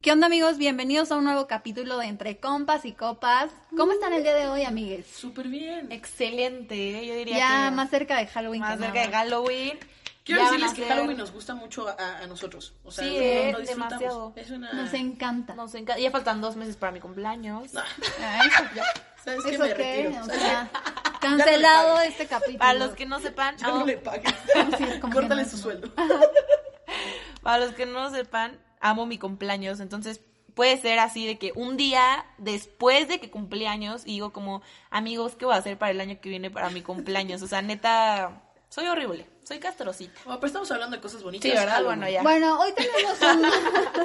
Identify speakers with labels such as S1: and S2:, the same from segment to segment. S1: ¿Qué onda amigos? Bienvenidos a un nuevo capítulo de Entre Compas y Copas. ¿Cómo están el día de hoy, amigues?
S2: Súper bien.
S3: Excelente, yo diría
S1: Ya
S3: que
S1: más cerca de Halloween.
S3: más
S1: que
S3: cerca de
S1: nada.
S3: Halloween.
S2: Quiero
S3: Ya van
S2: decirles
S3: a
S2: que
S3: ser-
S2: Halloween nos gusta mucho a, a nosotros. O sea,
S3: Sí,
S2: lo-
S3: eh,
S2: lo disfrutamos.
S3: demasiado.
S2: Es una...
S1: Nos encanta.
S3: Nos encanta. Ya faltan dos meses para mi cumpleaños.
S2: Ah,
S1: Ay, eso ya.
S2: ¿Sabes qué?
S1: Eso
S2: Me
S1: qué,
S2: retiro.
S1: o sea, cancelado este capítulo.
S3: Para los que no sepan, oh,
S2: Ya no
S3: amo-
S2: le pagues.
S1: Sí, como que
S2: Córtale
S1: no.
S2: su sueldo.
S3: para los que no sepan, amo mi cumpleaños. Entonces puede ser así de que un día después de que cumpleaños y digo como, amigos, ¿qué voy a hacer para el año que viene para mi cumpleaños? O sea, neta, soy horrible, soy castrosita.
S2: Bueno, pero estamos hablando de cosas bonitas.
S3: Sí, ¿verdad?
S2: Halloween.
S3: Bueno, ya.
S1: Bueno, hoy tenemos un...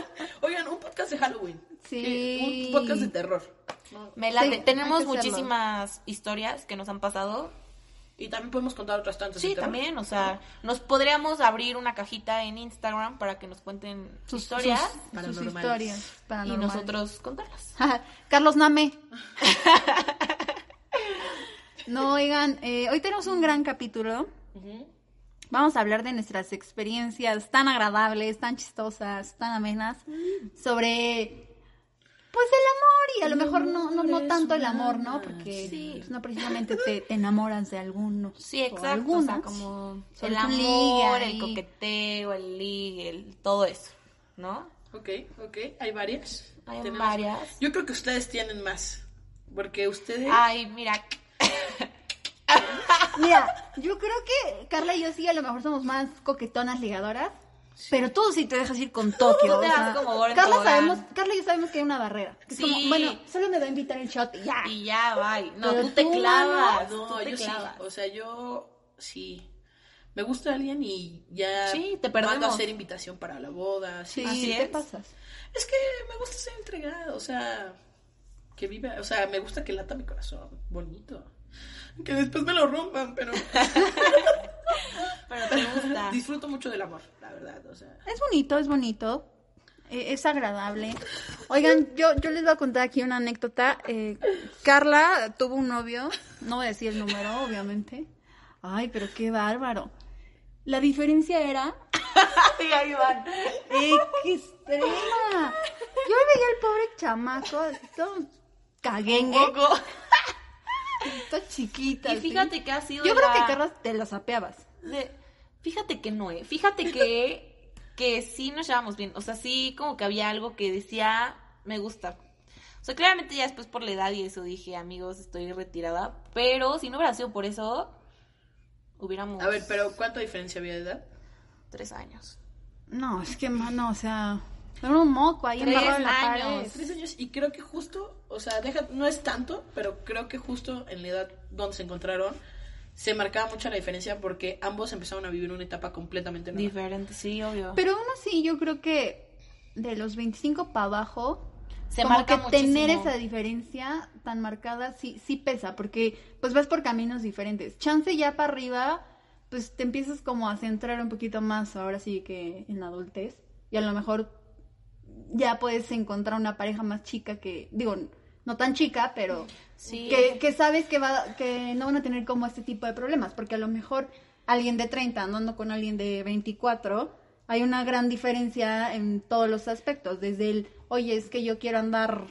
S2: Oigan, un podcast de Halloween.
S1: Sí.
S2: Eh, un podcast de terror. ¿no?
S3: Me late.
S1: Sí,
S3: Tenemos
S1: hay que hacerlo.
S3: muchísimas historias que nos han pasado.
S2: Y también podemos contar otras tantas. de
S3: Sí,
S2: terror.
S3: también, o sea, nos podríamos abrir una cajita en Instagram para que nos cuenten sus historias
S1: sus, sus
S2: paranormales.
S1: historias
S3: y
S1: paranormales.
S3: nosotros contarlas.
S1: Carlos Name. No, oigan, eh, hoy tenemos un gran capítulo. Vamos a hablar de nuestras experiencias tan agradables, tan chistosas, tan amenas, sobre, pues, el amor y a lo mejor no, no, no
S2: es
S1: tanto el
S2: una-
S1: amor, ¿no? Porque pues, no precisamente te, te enamoras de algunos.
S3: Sí,
S1: o
S3: exacto, o
S1: algunas.
S3: sea, como
S1: Sobre
S3: el
S1: tu ligue
S3: amor,
S1: ahí.
S3: el coqueteo, el ligue, el- todo eso, ¿no?
S2: Ok, ok. Hay varias.
S3: Hay
S2: Tenemos-
S3: varias.
S2: Yo creo que ustedes tienen más. Porque ustedes.
S3: Ay, mira,
S1: Mira, yo creo que Carla y yo sí a lo mejor somos más coquetonas ligadoras, pero tú sí te dejas ir con Tokio.
S3: Tú te
S1: o
S3: vas
S1: sea,
S3: como gorda en
S1: Carla
S3: tobogán.
S1: sabemos, Carla y yo sabemos que hay una barrera. que es
S3: Sí.
S1: como, bueno, solo me va a invitar el shot y ya.
S3: y ya, bye. No,
S1: Pero
S3: tú te
S1: tú,
S3: clavas,
S2: no,
S3: Ah, tú te
S2: yo sí.
S3: clavas.
S2: O sea, yo sí. Me gusta alguien y ya
S3: Sí, te
S2: mando a
S3: perdemos.
S2: hacer invitación para la boda. Sí.
S3: así
S1: te
S3: es.
S1: pasas.
S2: Es que me gusta ser entregada, o sea, que viva, o sea, me gusta que lata mi corazón, bonito. Que después me lo rompan, pero
S3: Pero te gusta.
S2: disfruto mucho del amor, la verdad, o sea.
S1: Es bonito, es bonito. eh, es agradable. Oigan, yo, yo les voy a contar aquí una anécdota. eh, Carla tuvo un novio, no voy a decir el número, obviamente. Ay, pero qué bárbaro. La diferencia era
S3: Y ahí van.
S1: ¡Extrema! Yo veía al pobre chamaco, así todo caguengue,
S3: Poco.
S1: todo chiquita.
S3: Y
S1: así.
S3: fíjate que ha sido
S1: Yo creo que
S3: la-
S1: Carlos te lo sapeabas.
S3: De- fíjate que no, eh. Fíjate que, que sí nos llevamos bien. O sea, sí como que había algo que decía, me gusta. O sea, claramente ya después por la edad y eso dije, amigos, estoy retirada. Pero si no hubiera sido por eso, hubiéramos
S2: A ver, pero ¿cuánta diferencia había de edad?
S3: tres años.
S1: No, es que, mano, o sea, era un moco ahí
S3: Tres
S1: embarrado en la
S3: años.
S1: pared.
S2: Tres años y creo que justo, o sea, deja, no es tanto, pero creo que justo en la edad donde se encontraron se marcaba mucho la diferencia porque ambos empezaron a vivir una etapa completamente nueva.
S3: Diferente, sí, obvio.
S1: Pero aún así, yo creo que de los 25 para abajo,
S3: Se
S1: como
S3: marca
S1: que tener
S3: muchísimo.
S1: esa diferencia tan marcada sí, sí pesa, porque pues vas por caminos diferentes. Chance ya para arriba, pues te empiezas como a centrar un poquito más ahora sí que en la adultez. Y a lo mejor ya puedes encontrar una pareja más chica que, digo, no tan chica, pero
S3: Sí.
S1: que, que sabes que, va, que no van a tener como este tipo de problemas, porque a lo mejor alguien de 30 andando con alguien de 24, hay una gran diferencia en todos los aspectos, desde el, oye, es que yo quiero andar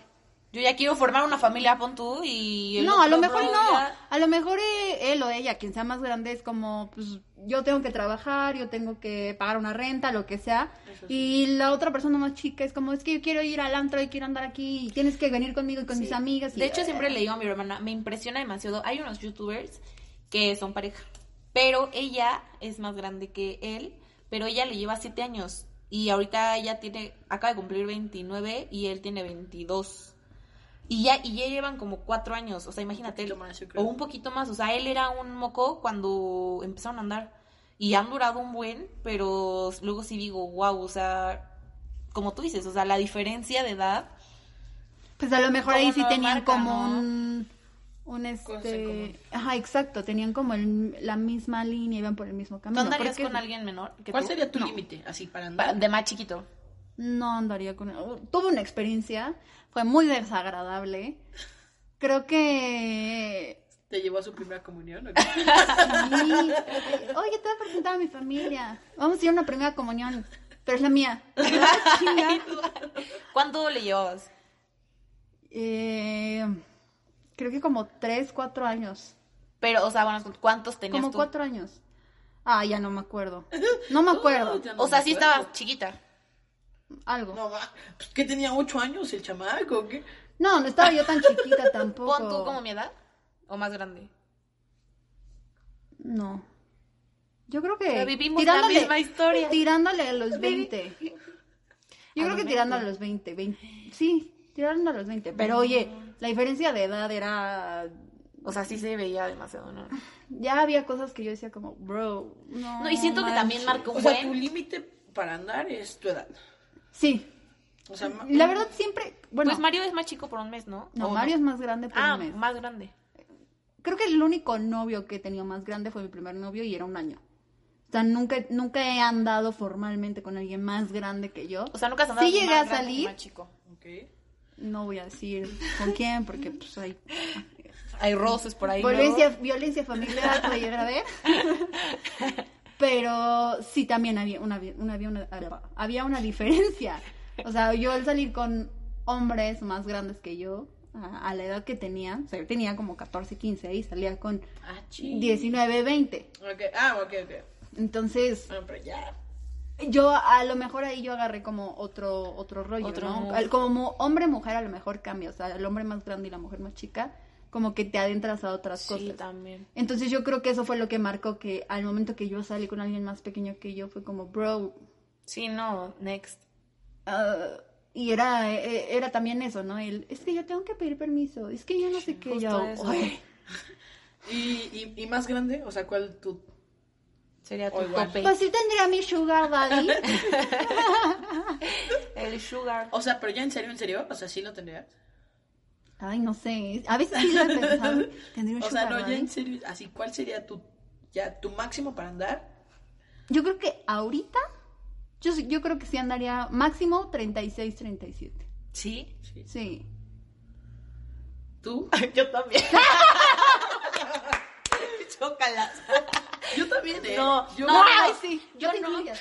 S3: Yo ya quiero formar una familia, pon tú, y... el
S1: No, a lo
S3: otro
S1: mejor
S3: bro
S1: no.
S3: ya-
S1: A lo mejor eh, él o ella, quien sea más grande, es como, pues yo tengo que trabajar, yo tengo que pagar una renta, lo que sea.
S2: Eso
S1: Y la otra persona más chica es como, es que yo quiero ir al antro y quiero andar aquí y tienes que venir conmigo y con mis amigas. y-
S3: De hecho, siempre le digo a mi hermana, me impresiona demasiado. Hay unos youtubers que son pareja, pero ella es más grande que él, pero ella le lleva siete años y ahorita ella tiene, acaba de cumplir 29 y él tiene 22. Y ya, y ya llevan como cuatro años, o sea, imagínate,
S2: poquito
S3: él-
S2: más, yo creo.
S3: o un poquito más, o sea, él era un moco cuando empezaron a andar y han durado un buen, pero luego sí digo, wow, o sea, como tú dices, o sea, la diferencia de edad
S1: Pues a lo mejor ahí
S3: Como
S1: sí
S3: no
S1: tenían
S3: marca,
S1: como
S3: ¿no?
S1: un un
S2: Cosa en común.
S1: este ajá exacto tenían como el- la misma línea iban por el mismo
S3: ¿Tú
S1: camino
S3: andarías
S1: Ah, porque-
S3: con alguien menor? que
S2: ¿Cuál
S3: tú?
S2: sería tu
S1: No.
S2: límite así para
S3: Pa-
S2: andar?
S3: De más chiquito.
S1: no andaría con uh, tuve una experiencia fue muy desagradable creo que
S2: ¿Te llevó a su primera comunión? o qué?
S1: sí. oye te voy a presentar a mi familia vamos a ir a una primera comunión pero es la mía
S3: ¿Cuánto le llevabas?
S1: Eh, creo que como tres cuatro años
S3: Pero, o sea, bueno, ¿cuántos tenías
S1: como
S3: tú?
S1: cuatro años ah ya no me acuerdo no me acuerdo
S2: Ya no
S3: O sea,
S2: me
S3: sí
S2: acuerdo.
S3: estabas chiquita.
S1: algo
S2: No, va. Pues, ¿Qué tenía ocho años el chamaco? ¿Qué?
S1: No, no estaba yo tan chiquita tampoco.
S3: ¿Pon tú como mi edad? ¿O más grande?
S1: No. Yo creo
S3: O sea,
S1: que
S3: vivimos la misma historia.
S1: Tirándole a los 20. Yo creo
S3: los 20.
S1: que tirándole a los 20, 20. Sí, tirándole a los 20, pero oye, la diferencia de edad era
S3: O sea, sí se veía demasiado, ¿no?
S1: ya había cosas que yo decía como, bro, no.
S3: No, y siento que también
S1: manches.
S3: marcó
S2: O
S3: un
S2: sea, tu
S3: buen.
S2: límite para andar es tu edad.
S1: Sí.
S2: O sea, ma-
S1: La verdad siempre, bueno,
S3: Pues Mario es más chico por un mes, ¿no?
S1: no,
S3: ¿O
S1: Mario es más grande por
S3: Ah,
S1: un mes.
S3: más grande.
S1: Creo que el único novio que he tenido más grande fue mi primer novio y era un año. O sea, nunca, nunca he andado formalmente con alguien más grande que yo.
S3: O sea, nunca has andado
S1: Sí llegué
S3: más
S1: a
S3: grande que
S1: salir.
S3: más chico.
S2: ok.
S1: No voy a decir con quién, porque pues hay
S3: Hay roces por ahí.
S1: violencia,
S3: luego.
S1: violencia familiar, puede llegar a ver. Pero sí también había una, una- había, una, había una diferencia. O sea, yo al salir con hombres más grandes que yo, a, a la edad que tenía, o sea, yo tenía como 14, 15 y salía con
S2: Ah, ching.
S1: 19, 20.
S2: Ok, Ah, ok, ok.
S1: Entonces,
S2: Bueno, pero ya.
S1: Yo a lo mejor ahí yo agarré como otro otro rollo,
S3: Otro
S1: ¿no?
S3: mood.
S1: Al- Como hombre mujer a lo mejor cambia, o sea, el hombre más grande y la mujer más chica, como que te adentras a otras
S3: Sí,
S1: cosas.
S3: también.
S1: Entonces yo creo que eso fue lo que marcó que al momento que yo salí con alguien más pequeño que yo fue como, bro,
S3: Sí, no, next.
S1: ah, y era eh, era también eso, ¿no? El, es que yo tengo que pedir permiso, es que yo no sé qué,
S3: justo
S1: yo,
S3: eso.
S1: "Ay".
S2: ¿Y, y, y más grande? O sea, ¿cuál tu...?
S3: Sería tu
S2: O igual.
S3: tope.
S1: pues sí tendría mi sugar daddy.
S3: El sugar.
S2: O sea, pero ya en serio, en serio. O sea, sí lo tendrías.
S1: Ay, no sé, a veces sí lo he pensado, tendría un
S2: O
S1: sugar
S2: sea, no, ya
S1: daddy.
S2: en serio. Así, ¿cuál sería tu, ya, tu máximo para andar?
S1: Yo creo que ahorita, yo, sí- yo creo que sí andaría máximo 36, 37.
S3: Sí.
S2: Sí.
S1: Sí.
S2: ¿Tú?
S3: Yo también. Chócalas.
S2: Yo también, ¿eh?
S3: No,
S2: Yo-
S3: no,
S1: Ay, sí,
S3: yo
S1: yo te
S3: no.
S1: incluyas.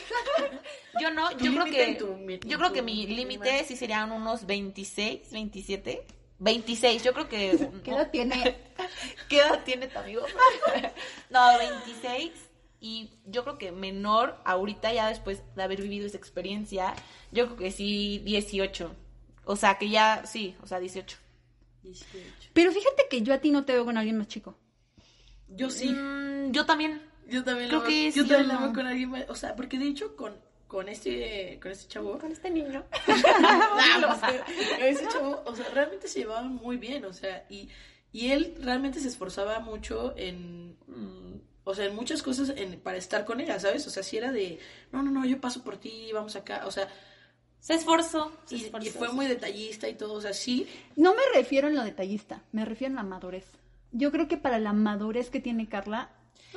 S3: Yo no,
S2: Tu
S3: yo creo
S2: límite
S3: que
S2: en tu mi-
S3: yo
S2: en
S3: creo
S2: tu
S3: que mi
S2: mínima.
S3: límite sí serían unos 26, 27. 26, yo creo que
S1: ¿Qué edad tiene?
S3: ¿Qué edad tiene tu amigo? no, 26 y yo creo que menor ahorita ya después de haber vivido esa experiencia, yo creo que sí 18. O sea, que ya sí, o sea, 18.
S2: 18.
S1: Pero fíjate que yo a ti no te veo con alguien más chico.
S2: Yo sí.
S3: Mm, yo también.
S2: Yo también
S3: Creo
S2: lo
S3: que
S2: veo,
S3: sí,
S2: yo también lo
S1: ¿no?
S2: veo con alguien más. O sea, porque de hecho con, con este con este chavo,
S3: Con este niño.
S2: no, o sea, con este chavo, o sea, realmente se llevaban muy bien, o sea, y, y él realmente se esforzaba mucho en mm, o sea, en muchas cosas en, para estar con ella, ¿sabes? O sea, si era de, no, no, no, yo paso por ti, vamos acá, o sea,
S3: Se esforzó, se
S2: y,
S3: esforzó.
S2: y fue muy detallista y todo, o sea, sí,
S1: No me refiero en lo detallista, me refiero en la madurez. Yo creo que para la madurez que tiene Carla,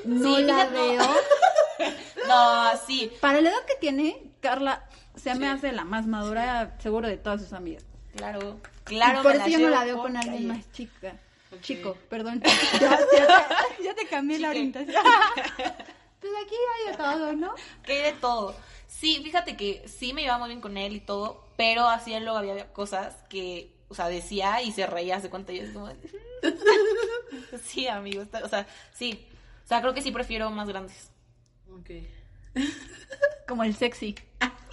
S1: no
S3: Sí,
S1: la
S3: fíjate, no.
S1: veo.
S3: No, sí.
S1: Para la edad que tiene, Carla se me hace la más madura, seguro, de todas sus amigas.
S3: Claro,
S1: Y
S3: claro.
S1: por
S3: me
S1: eso yo no
S3: llevo
S1: la veo
S3: por
S1: con alguien
S3: calle.
S1: más chica.
S2: Ok.
S1: Chico, perdón. Ya, ya te, ya te cambié la
S3: Chique.
S1: orientación. pues aquí hay de todo, ¿no?
S3: Que hay de todo. Sí, fíjate que sí me llevaba muy bien con él y todo, pero así él luego había cosas que, o sea, decía y se reía, se cuenta y es como... sí, amigo, está- o sea, sí. O sea, creo que sí prefiero más grandes.
S2: Ok.
S1: Como el sexy.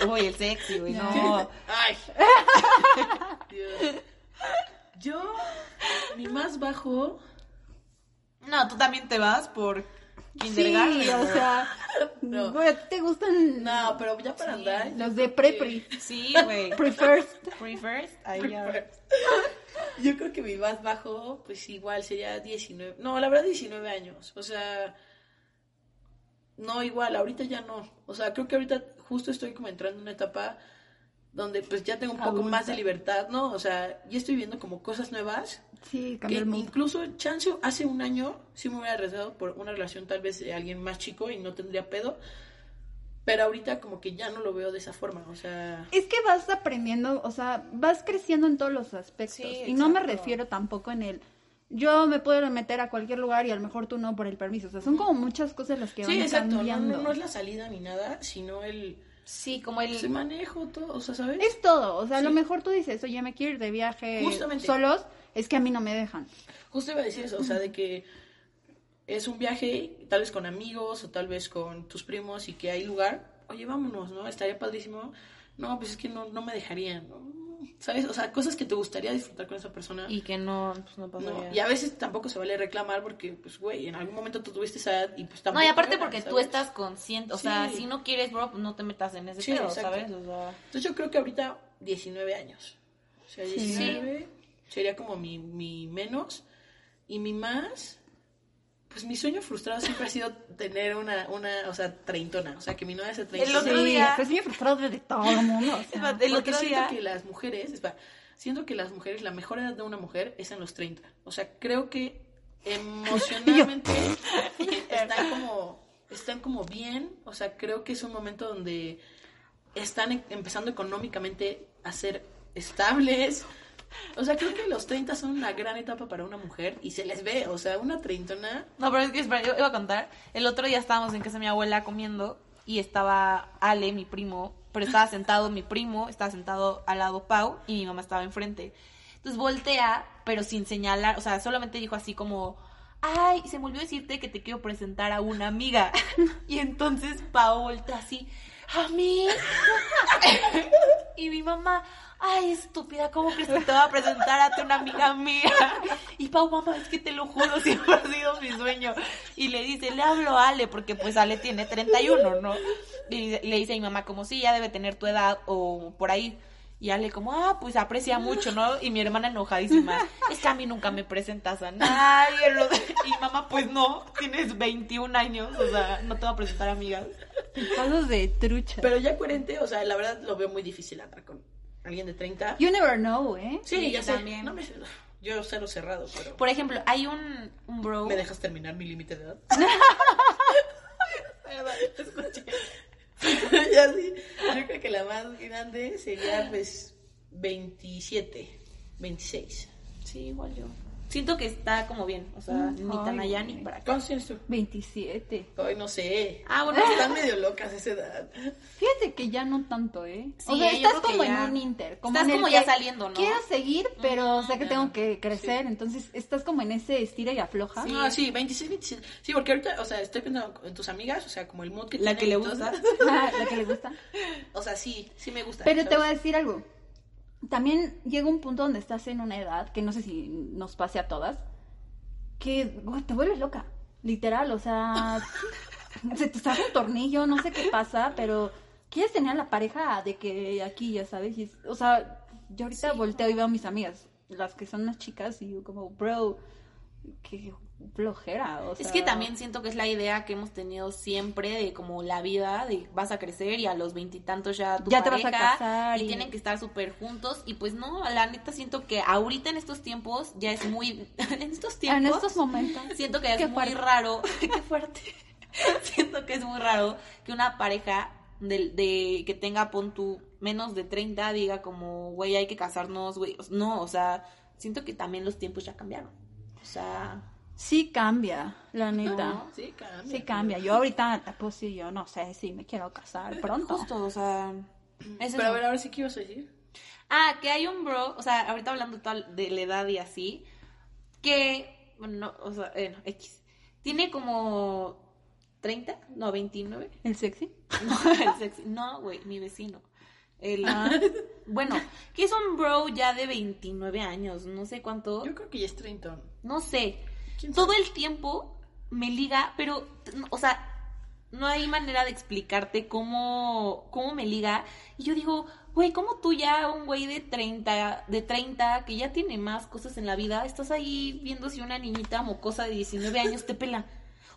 S3: Uy, el sexy, güey, no.
S2: Ay. Dios. Yo, mi más bajo.
S3: No, tú también te vas por
S1: Sí,
S3: kindergarten.
S1: o sea,
S2: No.
S1: güey, ¿a ti ¿te gustan
S2: No, pero ya para andar.
S1: los de pre-pre?
S3: Sí, güey.
S1: Pre-first.
S3: Pre-first, ahí ya.
S2: Yo creo que mi más bajo, pues igual sería 19. No, la verdad, 19 años. O sea, no, igual, ahorita ya no. O sea, creo que ahorita justo estoy como entrando en una etapa donde pues ya tengo un poco
S1: Adulta.
S2: más de libertad, ¿no? O sea, ya estoy viendo como cosas nuevas.
S1: Sí,
S2: Que
S1: cambió el mundo.
S2: incluso Chance hace un año sí me hubiera arriesgado por una relación tal vez de alguien más chico y no tendría pedo. Pero ahorita como que ya no lo veo de esa forma. O sea,
S1: Es que vas aprendiendo, o sea, vas creciendo en todos los aspectos.
S3: Sí,
S1: y no me
S3: exacto.
S1: refiero tampoco en el. Yo me puedo meter a cualquier lugar y a lo mejor tú no por el permiso. O sea, son como muchas cosas las que van
S2: sí, exacto. No,
S1: cambiando.
S2: no, no es la salida ni nada, sino el...
S3: Sí, como
S2: Se
S3: el...
S2: manejo todo, o sea, ¿sabes?
S1: Es todo. O sea, a lo
S2: Sí.
S1: mejor tú dices, oye, me quiero ir de viaje
S2: Justamente.
S1: solos. Es que a mí no me dejan.
S2: Justo iba a decir eso, o sea, de que es un viaje, tal vez con amigos o tal vez con tus primos y que hay lugar. Oye, vámonos, ¿no? Estaría padrísimo. No, pues es que no, no me dejarían, ¿no? ¿Sabes? O sea, cosas que te gustaría disfrutar con esa persona.
S3: Y que no, pues no
S2: No,
S3: pasaría.
S2: y a veces tampoco se vale reclamar porque, pues, güey, en algún momento tú tuviste esa edad y pues
S3: No,
S2: tampoco...
S3: y aparte
S2: era,
S3: porque tú
S2: ¿sabes?
S3: estás consciente, o sea,
S2: Sí.
S3: si no quieres, bro, pues no te metas en ese
S2: Sí,
S3: pedo,
S2: exacto.
S3: ¿sabes? O sea,
S2: Entonces yo creo que ahorita 19 años. O sea, 19 sería como mi, mi menos. Y mi más, pues mi sueño frustrado siempre ha sido tener una, una o sea, treintona. O sea, que mi novia sea treintona.
S3: El otro día-
S1: Pues bien frustrado de todo el mundo. o sea.
S3: el
S2: Porque
S3: otro
S2: siento
S3: día...
S2: que las mujeres, espera, siento que las mujeres, la mejor edad de una mujer es en los 30. O sea, creo que emocionalmente están como, están como bien. O sea, creo que es un momento donde están em- empezando económicamente a ser estables. O sea, creo que los 30 son una gran etapa para una mujer y se les ve. O sea, una treintona.
S3: No, pero es que espera, yo iba a contar. El otro día estábamos en casa de mi abuela comiendo y estaba Ale, mi primo, pero estaba sentado mi primo, estaba sentado al lado Pau y mi mamá estaba enfrente. Entonces voltea, pero sin señalar, o sea, solamente dijo así como, ay, se me olvidó decirte que te quiero presentar a una amiga. Y entonces Pau voltea así, a mí. Y mi mamá, ay, estúpida, ¿cómo crees que te va a presentar a tu una amiga mía? Y Pau, mamá, es que te lo juro, siempre ha sido mi sueño. Y le dice, le hablo a Ale, porque pues Ale tiene 31, ¿no? Y le dice a mi mamá, como, sí, ya debe tener tu edad o por ahí. Y Ale como, ah, pues aprecia mucho, ¿no? Y mi hermana enojadísima, es que a mí nunca me presentas a nadie. lo- Y mamá, pues no, tienes 21 años, o sea, no te va a presentar amigas.
S1: Cosas de trucha.
S2: Pero ya 40, o sea, la verdad lo veo muy difícil atar con alguien de 30.
S1: You never know, ¿eh?
S2: sí,
S3: Sí,
S2: ya sé.
S3: también.
S2: No me, yo cero cerrado, pero...
S3: Por ejemplo, hay un, un bro...
S2: ¿Me dejas terminar mi límite de edad? Perdón, te escuché. ya sí. Yo creo que la más grande sería pues 27, 26.
S3: Sí, igual yo. Siento que está como bien, o sea, ni tan
S1: Mm. Ay,
S3: allá
S1: güey.
S3: ni para acá.
S2: ¿Cuántos tienes tú?
S1: 27.
S2: Ay, no sé.
S3: Ah, bueno,
S2: Están medio locas a esa edad.
S1: Fíjate que ya no tanto, ¿eh? o
S3: Sí,
S1: sea,
S3: yo
S1: estás
S3: creo que
S1: como en
S3: ya.
S1: un inter. Como
S3: Estás
S1: en el
S3: como ya
S1: que
S3: saliendo, ¿no? Mm,
S1: Quiero seguir, pero o sea que
S2: ya.
S1: tengo que crecer. Entonces, estás como en ese estira y afloja.
S2: Sí. No, Ah, sí, 26, 27. Sí, porque ahorita, o sea, estoy pensando en tus amigas, o sea, como el mood que
S3: La
S2: tienen
S3: que le
S2: y todo.
S3: gusta.
S1: Ah, la que le gusta.
S2: O sea, sí, sí me gusta.
S1: Pero te voy
S2: ¿sabes?
S1: a decir algo. También llega un punto donde estás en una edad, que no sé si nos pase a todas, que güey, te vuelves loca. Literal, o sea, se te sale un tornillo, no sé qué pasa, pero quieres tener a la pareja de que aquí, ya sabes. y es- o sea, yo ahorita volteo y veo a mis amigas, las que son más chicas, y yo como, bro, qué flojera. o
S3: Es
S1: sea.
S3: que también siento que es la idea que hemos tenido siempre de como la vida, de vas a crecer y a los veintitantos ya tu
S1: Ya te vas a
S3: pareja,
S1: casar
S3: y,
S1: y-
S3: tienen que estar súper juntos. Y pues no, la neta siento que ahorita en estos tiempos ya es muy... en estos tiempos...
S1: Ah, En estos momentos.
S3: Siento que es
S1: Qué
S3: muy
S1: fuerte.
S3: raro. Qué fuerte. Siento que es muy raro que una pareja de, de- que tenga pon tú menos de 30 diga como, güey, hay que casarnos, güey. O- No, o sea, siento que también los tiempos ya cambiaron. O sea,
S1: Sí cambia, la neta.
S3: No.
S2: Sí, cambia.
S1: Sí cambia. Yo ahorita, pues sí, yo no sé si me quiero casar pronto.
S3: justo, o sea, es
S2: Pero a
S3: eso.
S2: ver, ahora sí, ¿qué ibas a decir?
S3: Ah, que hay un bro, o sea, ahorita hablando toda de la edad y así, que, bueno, no, o sea, eh, no, X, tiene como 30, no, 29.
S1: ¿El sexy?
S3: No, el sexy- No, güey, mi vecino. El, bueno, que es un bro ya de 29 años, no sé cuánto,
S2: Yo creo que ya es Trenton.
S3: no sé.
S2: ¿Quién
S3: Todo el tiempo me liga, pero, o sea, no hay manera de explicarte cómo, cómo me liga. Y yo digo, güey, ¿cómo tú ya, un güey de 30, de 30, que ya tiene más cosas en la vida, estás ahí viendo si una niñita mocosa de 19 años te pela?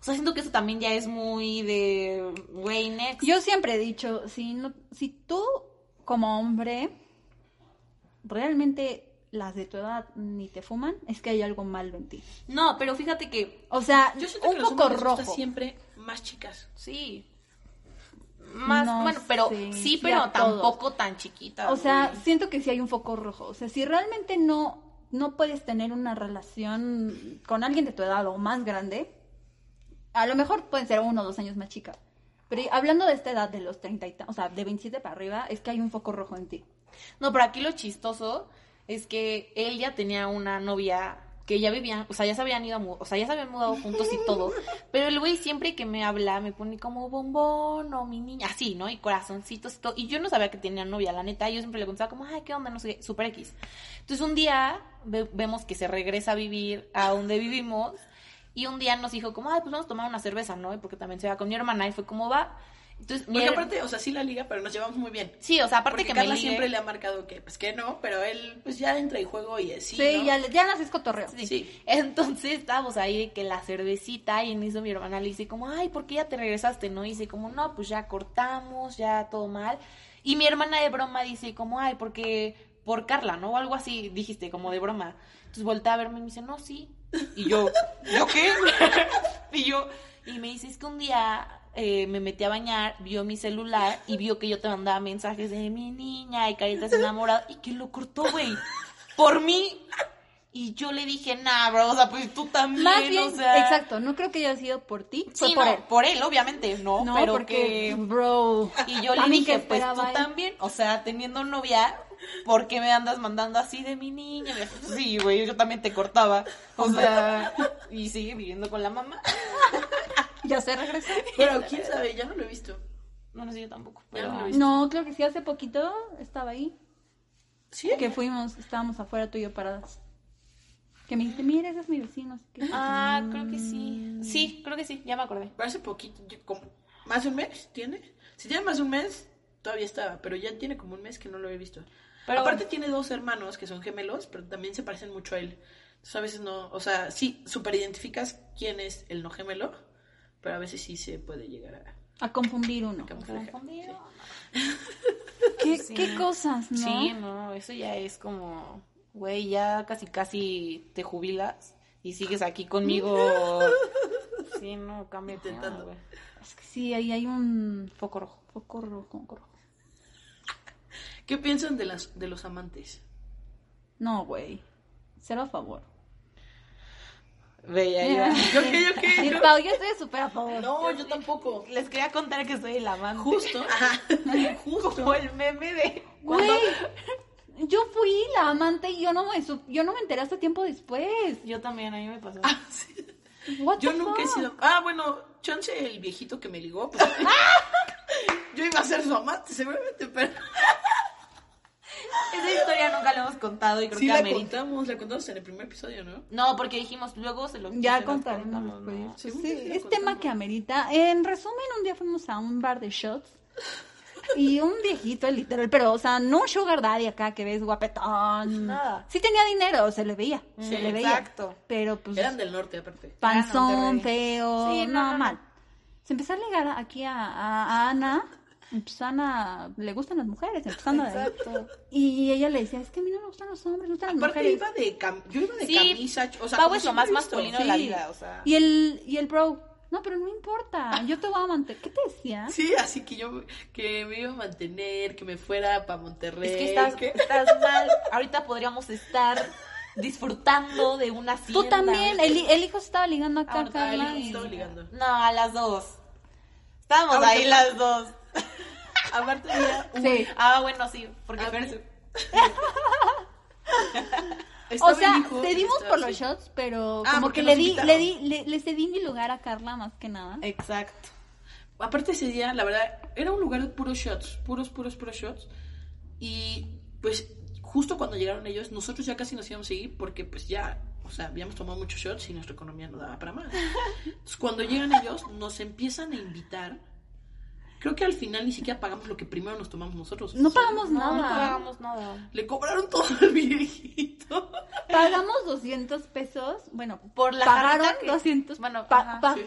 S3: O sea, siento que eso también ya es muy de, güey, next.
S1: Yo siempre he dicho, si, no, si tú como hombre realmente las de tu edad ni te fuman, es que hay algo malo en ti.
S3: No, pero fíjate que,
S1: O sea,
S2: Yo siento
S1: un
S2: que los
S1: poco
S2: hombres les gusta
S1: rojo.
S2: siempre más chicas.
S3: sí. Más,
S1: No
S3: bueno, pero
S1: sé, sí
S3: sí,
S1: a
S3: pero
S1: todos.
S3: tampoco tan chiquita.
S1: O sea,
S3: güey.
S1: siento que sí hay un foco rojo. O sea, si realmente no, no puedes tener una relación con alguien de tu edad o más grande, a lo mejor pueden ser uno o dos años más chica. Pero hablando de esta edad, de los 30 y ta- o sea, de 27 para arriba, es que hay un foco rojo en ti.
S3: No, pero aquí lo chistoso es que él ya tenía una novia que ya vivían, o sea, ya se habían ido, a mu- o sea, ya se habían mudado juntos y todo. Pero el güey siempre que me habla me pone como bombón o mi niña, así, ¿no? Y corazoncitos y todo. Y yo no sabía que tenía novia, la neta. Yo siempre le contaba como, ay, ¿qué onda? No sé, qué, super X. Entonces un día ve- vemos que se regresa a vivir a donde vivimos y un día nos dijo como, ay, pues vamos a tomar una cerveza, ¿no? Porque también se va con mi hermana y fue como va. Entonces, mi
S2: Porque
S3: her-
S2: aparte, o sea, sí la liga, pero nos llevamos muy bien.
S3: sí, o sea, aparte
S2: Porque
S3: que me
S2: Carla
S3: ligue-
S2: siempre le ha marcado que, pues que no, pero él, pues ya entra y juego y así.
S1: Sí,
S2: ¿no?
S1: ya, le- ya naces cotorreo.
S3: Sí.
S2: Sí.
S3: Entonces estábamos ahí de que la cervecita y en eso mi hermana le dice como, ay, ¿por qué ya te regresaste? No, y dice como, no, pues ya cortamos, ya todo mal. Y mi hermana de broma dice como, ay, porque por Carla, ¿no? O algo así, dijiste, como de broma. Entonces voltea a verme y me dice, no, sí. Y yo, ¿yo qué? y yo, y me dice, es que un día eh, me metí a bañar, vio mi celular y vio que yo te mandaba mensajes de mi niña y caritas enamorada y que lo cortó, güey. Por mí, y yo le dije, nah, bro, o sea, pues tú también,
S1: Más bien,
S3: o sea.
S1: exacto, no creo que haya sido por ti, fue
S3: Sí,
S1: por
S3: no,
S1: él.
S3: por él, obviamente, no,
S1: No,
S3: pero
S1: porque,
S3: que...
S1: bro.
S3: Y yo le
S1: también que
S3: dije, pues tú
S1: esperaba él.
S3: también, o sea, teniendo novia, ¿por qué me andas mandando así de mi niña? Me dijo, Sí, güey, yo también te cortaba, o sea, y sigue viviendo con la mamá.
S1: Ya se regresó.
S2: Pero quién sabe, ya no lo he visto.
S3: No, no sé, yo tampoco,
S2: Ya
S3: pero...
S2: no lo he visto.
S1: No, creo que sí, hace poquito estaba ahí.
S2: Sí,
S1: Que fuimos, estábamos afuera tú y yo paradas. Que me dijiste, mira, ese es mi vecino. así que-
S3: Ah, creo que sí. Sí, creo que sí, ya me acordé.
S2: Pero hace poquito, yo como- más de un mes tiene. Si tiene más de un mes, todavía estaba, pero ya tiene como un mes que no lo he visto.
S3: Pero-
S2: Aparte tiene dos hermanos que son gemelos, pero también se parecen mucho a él. Entonces a veces no, o sea, sí, super identificas quién es el no gemelo, pero a veces sí se puede llegar a...
S1: A confundir uno.
S2: camuflajear. Sí.
S1: ¿Qué,
S3: Sí.
S1: qué cosas, no?
S3: Sí, no, eso ya es como, güey, ya casi casi te jubilas y sigues aquí conmigo. Sí, no, cambia
S2: Intentando.
S3: güey.
S1: Es que sí, ahí hay un
S3: Foco rojo.
S1: foco rojo. foco rojo.
S2: ¿Qué piensan de, las, de los amantes?
S1: No, güey. Cero a favor.
S3: Ve, ya, ya.
S2: Yo qué, yo qué,
S1: Sí,
S2: yo-
S1: Pau, yo estoy súper a favor.
S2: No, yo tampoco.
S3: Les quería contar que soy el amante.
S2: Justo, ajá, justo.
S3: Como el meme de.
S1: Güey, yo fui la amante y yo no me, sup- yo no me enteré hasta tiempo después.
S3: Yo también, a mí me pasó.
S2: Ah, sí.
S1: What
S2: Yo
S1: the
S2: nunca he
S1: fuck?
S2: sido. Ah, bueno, chance el viejito que me ligó. pues. Yo iba a ser su amante, seguramente, pero.
S3: Esa historia nunca la hemos contado y creo
S2: Sí,
S3: que
S2: la
S3: amerita.
S2: contamos, la contamos en el primer episodio, ¿no?
S3: No, porque dijimos luego se lo se
S1: Ya
S3: lo
S1: contaremos
S3: contamos,
S1: después.
S3: ¿no?
S1: Sí,
S2: Según yo sí lo
S1: es tema
S2: contamos.
S1: que amerita. En resumen, un día fuimos a un bar de shots y un viejito, literal, pero, o sea, no un sugar daddy acá que ves guapetón.
S3: Nada.
S1: Sí tenía dinero, se le veía,
S3: Sí,
S1: se le veía.
S3: exacto.
S1: Pero pues
S2: Eran del norte, aparte.
S1: panzón,
S3: Monterrey.
S1: feo,
S3: Sí, no,
S1: no,
S3: no, no.
S1: mal. Se empezó a ligar aquí a, a- a Ana. y, Pues Ana le gustan las mujeres, empezando de ahí.
S3: Exacto.
S1: Y ella le decía, es que a mí no me gustan los hombres, me gustan las
S2: Aparte,
S1: mujeres.
S2: iba de cam- yo iba de
S3: Sí,
S2: camisa. O sea,
S3: Pau
S2: como
S3: es lo
S2: siempre
S3: más
S2: he visto.
S3: masculino. de la vida, o sea.
S1: Y el, y el bro, no, pero no importa, yo te voy a mantener. ¿Qué te decía?
S2: Sí, así que yo que me iba a mantener, que me fuera para Monterrey.
S3: Es que estás, estás mal. Ahorita podríamos estar disfrutando de una hacienda.
S1: Tú también, el, hi- el hijo se estaba ligando acá,
S3: Ahorita
S2: Ah, el
S1: Carla,
S2: hijo
S1: y-
S2: estaba ligando.
S3: No, a las dos. Estábamos
S2: Ahorita
S3: ahí
S2: pa-
S3: las dos.
S2: Aparte, mira,
S1: Sí.
S3: Ah, bueno, sí. Porque
S2: A
S3: Fer
S2: mí-
S1: O sea, cedimos por los shots, pero
S2: Ah,
S1: como
S2: porque
S1: que le
S2: nos
S1: di,
S2: invitaron.
S1: le di, le, le cedí mi lugar a Carla más que nada.
S3: Eh, Exacto.
S2: Aparte ese día, la verdad, era un lugar de puros shots, puros, puros, puros shots. Y pues justo cuando llegaron ellos, nosotros ya casi nos íbamos a ir porque pues ya, o sea, habíamos tomado muchos shots y nuestra economía no daba para más. Entonces cuando llegan ellos, nos empiezan a invitar. Creo que al final ni siquiera pagamos lo que primero nos tomamos nosotros.
S1: No
S2: O sea,
S1: pagamos
S3: No, no
S1: nada.
S3: pagamos nada.
S2: Le cobraron todo al viejito.
S1: Pagamos 200 pesos. Bueno,
S3: Por la
S1: pagaron
S3: jarta que-
S1: 200.
S3: Bueno,
S1: pa-
S3: ajá,
S1: pa-
S2: sí.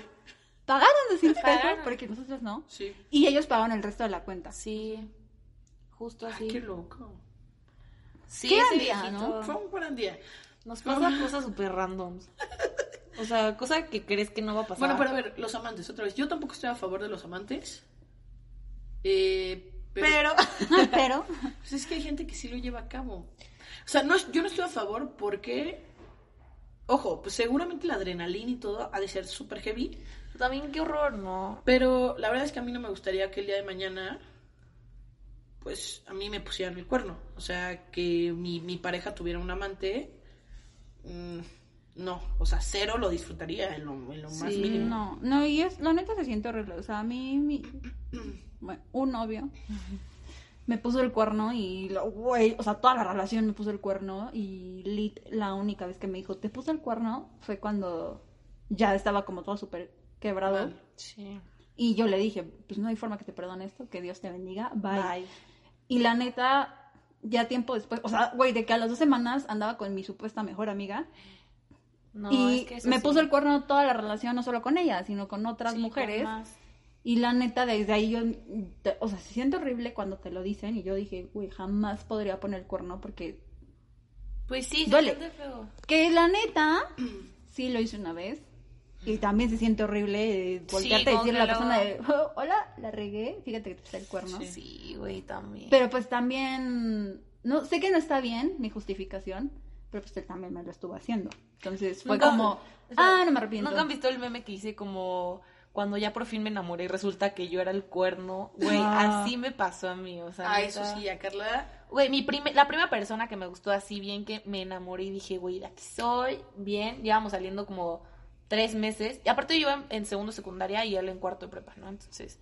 S1: pagaron 200
S3: Pagaron.
S1: pesos porque nosotros no.
S2: Sí.
S1: Y ellos pagaron el resto de la cuenta.
S3: Sí. Justo
S2: Ay, Ah, qué
S3: así.
S2: loco.
S3: Sí,
S1: qué
S3: ese
S1: día,
S3: viejito.
S2: Fue un gran día.
S3: Nos pasa cosas súper randoms. O sea, cosa que crees que no va a pasar.
S2: Bueno, pero a ver, los amantes, otra vez. Yo tampoco estoy a favor de los amantes. Eh, pero,
S3: Pero.
S1: Pero
S2: pues es que hay gente que sí lo lleva a cabo. O sea, no, es- yo no estoy a favor porque. Ojo, pues seguramente la adrenalina y todo ha de ser súper heavy.
S3: También qué horror, ¿no?
S2: Pero la verdad es que a mí no me gustaría que el día de mañana. Pues a mí me pusieran el cuerno. O sea, que mi, mi pareja tuviera un amante. mm, no, o sea, cero lo disfrutaría en lo, en lo más
S3: Sí,
S2: mínimo.
S1: no, no, y es, la neta se siente horrible. O sea, a mí, mi, bueno, un novio me puso el cuerno y, lo- güey, o sea, toda la relación me puso el cuerno y lit, la única vez que me dijo, te puso el cuerno fue cuando ya estaba como todo súper quebrado.
S2: Mal.
S3: Sí.
S1: Y yo le dije, pues no hay forma que te perdone esto, que Dios te bendiga, bye. Y la neta, ya tiempo después, o sea, güey, de que a las dos semanas andaba con mi supuesta mejor amiga
S3: No,
S1: y
S3: es que eso
S1: me
S3: sí.
S1: puso el cuerno toda la relación, no solo con ella, sino con otras
S3: Sí,
S1: mujeres.
S3: con más.
S1: Y la neta, desde ahí yo, te- o sea, se siente horrible cuando te lo dicen y yo dije, güey, jamás podría poner el cuerno porque,
S3: Pues sí, se
S1: Duele.
S3: siente feo.
S1: que la neta, sí lo hice una vez. Y también se siente horrible eh, voltearte a
S3: como
S1: decirle
S3: que
S1: a la persona de,
S3: luego-
S1: "Oh, hola, la regué, fíjate que te puse el cuerno.
S3: Sí, güey, también.
S1: Pero pues también, no, sé que no está bien mi justificación, pero pues él también me lo estuvo haciendo. Entonces fue
S3: Nunca-
S1: como,
S3: o sea,
S1: ah, no me arrepiento.
S3: ¿Nunca han visto el meme que hice como cuando ya por fin me enamoré y resulta que yo era el cuerno? Güey,
S1: Ah.
S3: así me pasó a mí, o sea.
S2: Ah,
S3: neta.
S2: eso sí, a Carla.
S3: Güey, mi prime- la primera persona que me gustó así bien, que me enamoré y dije, güey, de aquí soy, bien, llevamos saliendo como tres meses. Y aparte yo iba en, en segundo secundaria y él en cuarto de prepa, ¿no? Entonces,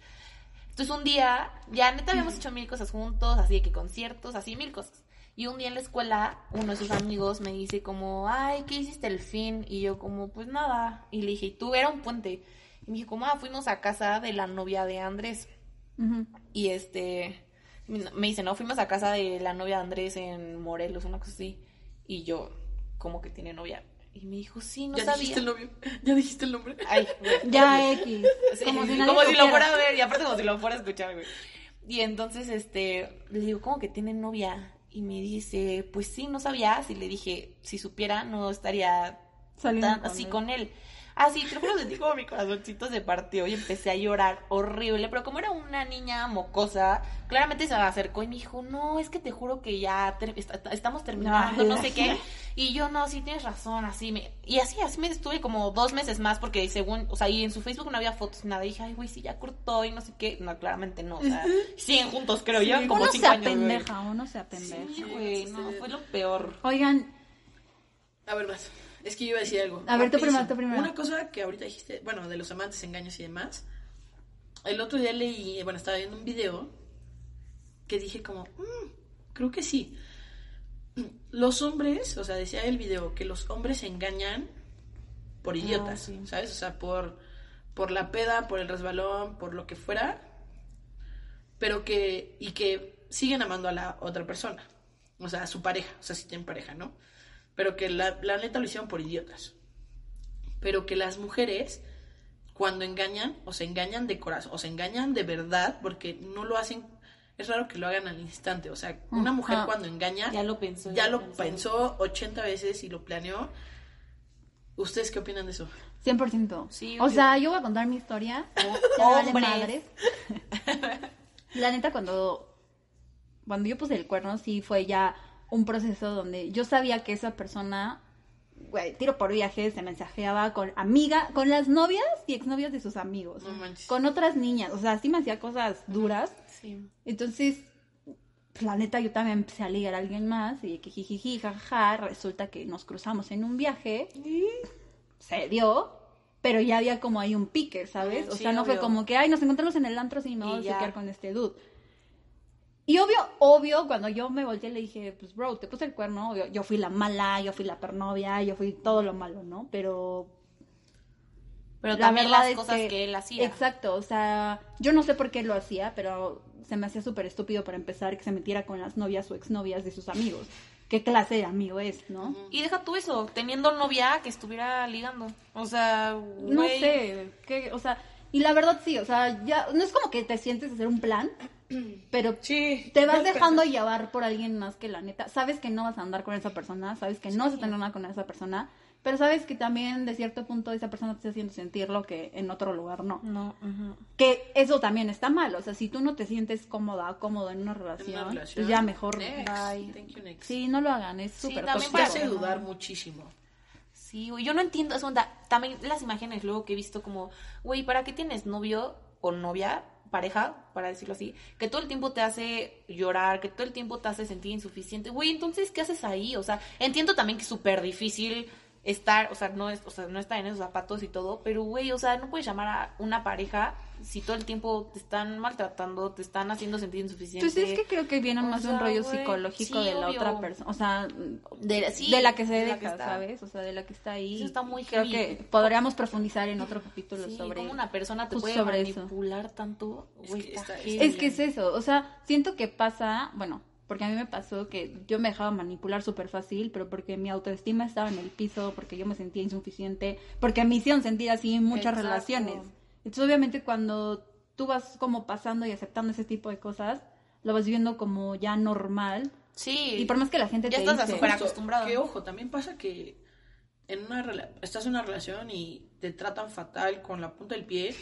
S3: entonces un día, ya neta habíamos hecho mil cosas juntos, así de que conciertos, así mil cosas. Y un día en la escuela, uno de sus amigos me dice como, ay, ¿qué hiciste el fin? Y yo como, pues nada. Y le dije, ¿y tú? Era un puente. Y me dije como, ah, fuimos a casa de la novia de Andrés.
S1: Ujú.
S3: Y este, me dice, no, fuimos a casa de la novia de Andrés en Morelos, una cosa así. Y yo, como que tiene novia. Y me dijo, sí, no
S2: ya
S3: sabía.
S2: dijiste el novio. Ya dijiste el nombre.
S3: Ay, güey.
S1: Ya X,
S3: Sí,
S1: como si nadie
S3: lo
S1: supiera.
S3: fuera a ver, y aparte como si lo fuera a escuchar, güey. Y entonces, este, le digo, ¿cómo que tiene novia? Y me dice, pues sí, no sabías. Y le dije, si supiera, no estaría
S1: Saliendo
S3: tan-
S1: con
S3: así
S1: él.
S3: con él. Así, te lo juro, sentí como mi corazoncito se partió y empecé a llorar horrible. Pero como era una niña mocosa, claramente se me acercó y me dijo, no, es que te juro que ya ter- est- estamos terminando,
S1: Ay,
S3: no sé
S1: la-
S3: qué. Y yo, no, sí tienes razón, así me... Y así, así me estuve como dos meses más porque según, o sea, y en su Facebook no había fotos, nada. Y dije, ay, güey, sí, ya cortó y no sé qué. No, claramente no, o sea, siguen juntos, creo yo, como
S1: uno se
S3: cinco años. güey.
S1: apendeja, uno se apendeja.
S3: Sí, güey, no, fue lo peor.
S1: Oigan,
S2: A ver, vas. Es que yo iba a decir algo.
S1: A ver, tú
S2: Rapidísimo.
S1: primero, tú primero.
S2: Una cosa que ahorita dijiste, bueno, de los amantes, engaños y demás. El otro día leí, bueno, estaba viendo un video que dije como, "Mm, creo que sí. Los hombres, o sea, decía el video que los hombres se engañan por idiotas,
S3: Ah, sí.
S2: ¿sabes? O sea, por, por la peda, por el resbalón, por lo que fuera, pero que, y que siguen amando a la otra persona, o sea, a su pareja, o sea, si tienen pareja, ¿no? Pero que la, la neta lo hicieron por idiotas. Pero que las mujeres, cuando engañan, o se engañan de corazón, o se engañan de verdad, porque no lo hacen, es raro que lo hagan al instante, o sea, una mujer
S1: Ajá.
S2: cuando engaña,
S3: Mm, ah, Ya lo pensó.
S2: ya lo pensó 80 veces y lo planeó. ¿Ustedes qué opinan de eso?
S1: 100%.
S3: Sí, obvio.
S1: o
S3: Oh,
S1: sea, yo voy a contar mi historia. Ya vale
S3: Hombres.
S1: madres. La neta, cuando, cuando yo puse el cuerno, sí fue ya un proceso donde yo sabía que esa persona, güey, tiro por viaje, se mensajeaba con amiga, con las novias y exnovias de sus amigos,
S2: No manches.
S1: con otras niñas. O sea, sí me hacía cosas duras.
S3: Sí.
S1: Entonces, pues, la neta yo también empecé a ligar a alguien más y que jijiji, jajaja, resulta que nos cruzamos en un viaje, se dio, pero ya había como ahí un pique, ¿sabes?
S3: Ah,
S1: o
S3: sí,
S1: sea, no fue
S3: obvio.
S1: como que, ay, nos encontramos en el antro y me
S3: Y
S1: voy a
S3: ya.
S1: quedar con este dude. Y obvio, obvio, cuando yo me volteé le dije, pues bro, te puse el cuerno, obvio, yo fui la mala, yo fui la pernovia, yo fui todo lo malo, ¿no? Pero
S3: Pero
S1: la
S3: también
S1: verdad
S3: las
S1: es
S3: cosas que, él hacía.
S1: Exacto, o sea, yo no sé por qué lo hacía, pero se me hacía súper estúpido para empezar que se metiera con las novias o exnovias de sus amigos. ¿Qué clase de amigo es, no?
S3: Y deja tú eso, teniendo novia que estuviera ligando. O sea,
S1: No
S3: güey,
S1: sé, que, o sea, y la verdad sí, o sea, ya no es como que te sientes a hacer un plan, pero
S2: Sí.
S1: te vas dejando llevar por alguien más que la neta. Sabes que no vas a andar con esa persona, sabes que no vas a tener nada con esa persona, pero sabes que también de cierto punto esa persona te está haciendo sentir lo que en otro lugar no.
S3: No, ujú.
S1: Que eso también está mal. O sea, si tú no te sientes cómoda o cómodo en una relación, pues ya mejor.
S2: Next.
S1: bye.
S2: Thank you, next.
S1: Sí, no lo hagan, es
S3: Sí,
S1: súper
S3: también
S2: Te
S1: tóxico.
S2: hace dudar muchísimo.
S3: Sí, güey, yo no entiendo esa onda. También las imágenes luego que he visto como, güey, ¿para qué tienes novio o novia, pareja, para decirlo así, que todo el tiempo te hace llorar, que todo el tiempo te hace sentir insuficiente? Güey, entonces, ¿qué haces ahí? O sea, entiendo también que es súper difícil estar, o sea, no es, o sea, no estar en esos zapatos y todo, pero güey, o sea, no puedes llamar a una pareja si todo el tiempo te están maltratando, te están haciendo sentir insuficiente.
S1: Entonces Pues es que creo que viene
S3: O
S1: más de un
S3: sea,
S1: rollo
S3: güey,
S1: psicológico
S3: sí,
S1: de la
S3: obvio.
S1: otra persona, o sea,
S3: De- sí,
S1: de la que se
S3: de la
S1: deja,
S3: que está.
S1: ¿sabes? O sea, de la que está ahí.
S3: Eso está muy
S1: Creo
S3: heavy.
S1: que podríamos profundizar en otro capítulo
S3: Sí,
S1: sobre
S3: cómo una persona te
S1: justo
S3: puede
S1: sobre eso.
S3: manipular tanto. Güey,
S2: que
S3: está
S2: está-
S3: heavy.
S1: Es que es eso, o sea, siento que pasa, bueno, porque a mí me pasó que yo me dejaba manipular súper fácil, pero porque mi autoestima estaba en el piso, porque yo me sentía insuficiente, porque me hicieron sentir así en muchas
S3: Exacto.
S1: relaciones. Entonces, obviamente, cuando tú vas como pasando y aceptando ese tipo de cosas, lo vas viendo como ya normal.
S3: Sí.
S1: Y por más que la gente
S3: Ya
S1: te
S3: estás
S1: dice,
S3: Súper
S2: Justo,
S3: acostumbrado.
S2: Que ojo, también pasa que en una rela- estás en una relación y te tratan fatal con la punta del pie.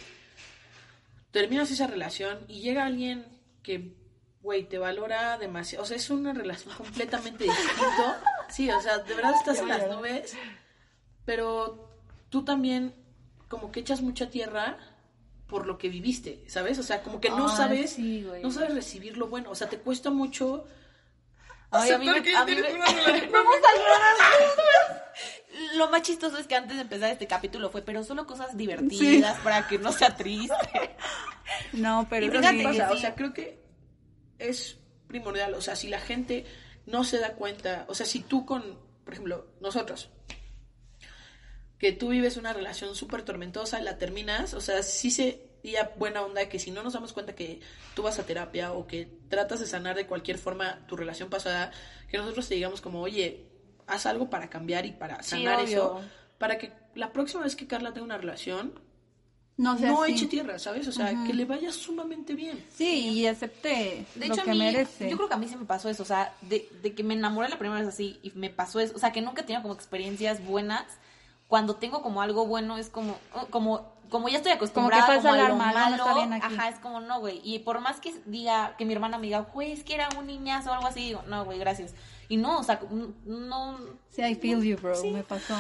S2: Terminas esa relación y llega alguien que, güey, te valora demasiado. O sea, es una relación completamente distinta. Sí, o sea, de verdad estás en las nubes. Pero tú también, como que echas mucha tierra por lo que viviste, ¿sabes? O sea, como que no
S1: Ay,
S2: sabes,
S1: sí, güey.
S2: no sabes recibir lo bueno. O sea, te cuesta mucho
S3: Ay, a mí
S2: aceptar
S3: me-
S2: que
S3: a mí
S2: tienes
S3: me-
S2: una relación.
S3: Lo más chistoso es que antes de empezar este capítulo fue, pero solo cosas divertidas para que no sea triste.
S1: no, pero
S3: Y
S1: eso
S3: fíjate
S1: sí,
S3: que
S2: pasa,
S3: sí.
S2: o sea, creo que es primordial, o sea, si la gente no se da cuenta, o sea, si tú con, por ejemplo, nosotros, que tú vives una relación súper tormentosa, la terminas, o sea, sí sería buena onda que si no nos damos cuenta que tú vas a terapia o que tratas de sanar de cualquier forma tu relación pasada, que nosotros te digamos como, oye, haz algo para cambiar y para
S3: Sí,
S2: sanar
S3: obvio.
S2: eso, para que la próxima vez que Carla tenga una relación,
S1: no sé.
S2: no
S1: así.
S2: eche tierra, ¿sabes? O sea, que le vaya sumamente bien.
S1: Sí, y acepté
S3: De
S1: lo
S3: hecho,
S1: que
S3: a mí,
S1: merece.
S3: yo creo que a mí sí me pasó eso, o sea, de, de que me enamoré la primera vez así y me pasó eso, o sea, que nunca he tenido como experiencias buenas. Cuando tengo como algo bueno es como, oh, como, como ya estoy acostumbrada
S1: pasa
S3: a lo
S1: alarma, algo no
S3: malo,
S1: está bien aquí.
S3: ajá, es como no, güey. Y por más que diga, que mi hermana me diga, güey, es que era un niñazo o algo así, digo, no, güey, gracias. Y no, o sea, no,
S1: Sí, I feel you, bro, me pasó.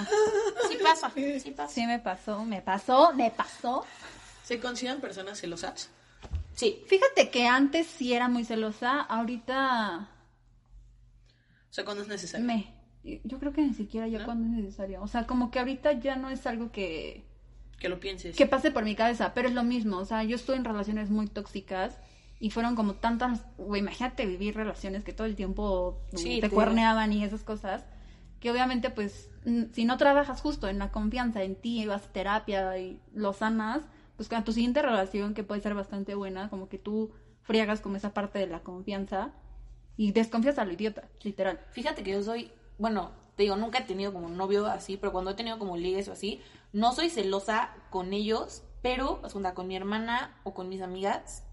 S3: sí pasa, sí pasa.
S1: Sí, me pasó, me pasó, me pasó.
S2: ¿Se consideran personas celosas?
S3: Sí.
S1: Fíjate que antes sí era muy celosa, ahorita
S2: O sea, cuando es necesario.
S1: me. Yo creo que ni siquiera ya cuando es necesario. O sea, como que ahorita ya no es algo que,
S2: Que lo pienses.
S1: que pase por mi cabeza, pero es lo mismo. O sea, yo estuve en relaciones muy tóxicas y fueron como tantas. Güey, imagínate vivir relaciones que todo el tiempo mm,
S3: Sí,
S1: te
S3: te-
S1: cuerneaban y esas cosas. Que obviamente, pues, mm, si no trabajas justo en la confianza en ti, y vas a terapia y lo sanas, pues con tu siguiente relación, que puede ser bastante buena, como que tú friegas como esa parte de la confianza y desconfías a lo idiota, literal.
S3: Fíjate que yo soy, bueno, te digo, nunca he tenido como un novio así, pero cuando he tenido como ligues o así, no soy celosa con ellos, pero, o sea, con mi hermana o con mis amigas,